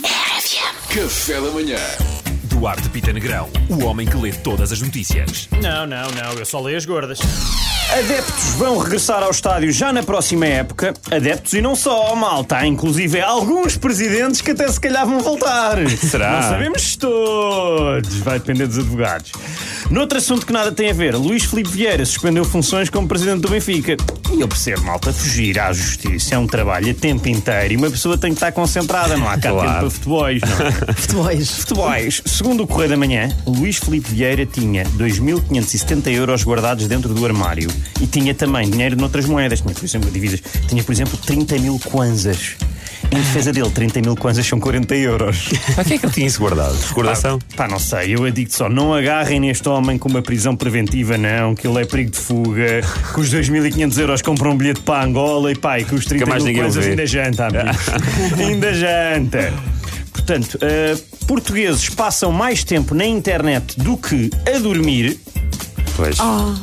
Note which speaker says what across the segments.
Speaker 1: FM.
Speaker 2: Café da manhã.
Speaker 3: Duarte Pita Negrão, o homem que lê todas as notícias.
Speaker 4: Não, não, não, eu só leio as gordas.
Speaker 5: Adeptos vão regressar ao estádio já na próxima época. Adeptos e não só, malta. Há Inclusive há alguns presidentes que até se calhar vão voltar. Será? Não sabemos todos. Vai depender dos advogados. Noutro assunto que nada tem a ver, Luís Filipe Vieira suspendeu funções como presidente do Benfica. E eu percebo, malta, fugir à justiça é um trabalho a tempo inteiro e uma pessoa tem que estar concentrada. Não há cá tempo para futebóis, não é?
Speaker 1: Futebols.
Speaker 5: Futebols. Segundo o Correio da Manhã, Luís Filipe Vieira tinha 2.570 euros guardados dentro do armário e tinha também dinheiro noutras moedas. Tinha, por exemplo, divisas. Tinha, por exemplo, 30 mil kwanzas. Em defesa dele, 30 mil kwanzas são 40 euros.
Speaker 3: Para que é que ele tinha isso guardado? Recordação?
Speaker 5: Pá, não sei, eu digo só, não agarrem neste homem com uma prisão preventiva, não, que ele é perigo de fuga, que os 2.500 euros compram um bilhete para Angola e pá, e que os 30
Speaker 3: mais
Speaker 5: mil
Speaker 3: ninguém
Speaker 5: coisas
Speaker 3: vê.
Speaker 5: ainda janta, amigos. ainda janta. Portanto, eh, portugueses passam mais tempo na internet do que a dormir.
Speaker 3: Pois.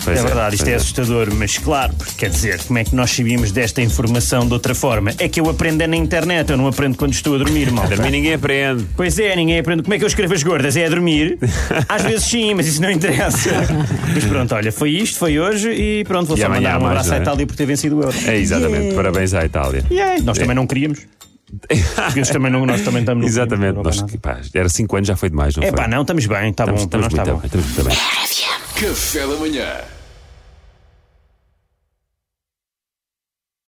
Speaker 3: pois
Speaker 5: É verdade, isto é
Speaker 3: pois
Speaker 5: assustador, mas claro, porque quer dizer, como é que nós sabíamos desta informação de outra forma? É que eu aprendo é na internet, eu não aprendo quando estou a dormir, mal.
Speaker 3: Também ninguém aprende.
Speaker 5: Pois é, ninguém aprende. Como é que eu escrevo as gordas? É a dormir? Às vezes sim, mas isso não interessa. mas pronto, olha, foi isto, foi hoje e pronto, vou
Speaker 3: E
Speaker 5: só
Speaker 3: amanhã há
Speaker 5: mandar um
Speaker 3: mais,
Speaker 5: abraço
Speaker 3: não
Speaker 5: à
Speaker 3: é?
Speaker 5: Itália por ter vencido o Euro.
Speaker 3: É exatamente. Parabéns à Itália.
Speaker 5: Yeah, Nós também não queríamos. Porque eles também não, nós também estamos no
Speaker 3: Exatamente.
Speaker 5: no-
Speaker 3: Nós, que, pá, era 5 anos, já foi demais, não tá
Speaker 5: É
Speaker 3: foi?
Speaker 5: pá, é? não, estamos bem, está bom,
Speaker 3: Estamos,
Speaker 5: para
Speaker 3: estamos
Speaker 5: nós
Speaker 3: muito
Speaker 5: está bom.
Speaker 3: bem, estamos muito bem.
Speaker 1: RFM.
Speaker 2: Café da manhã.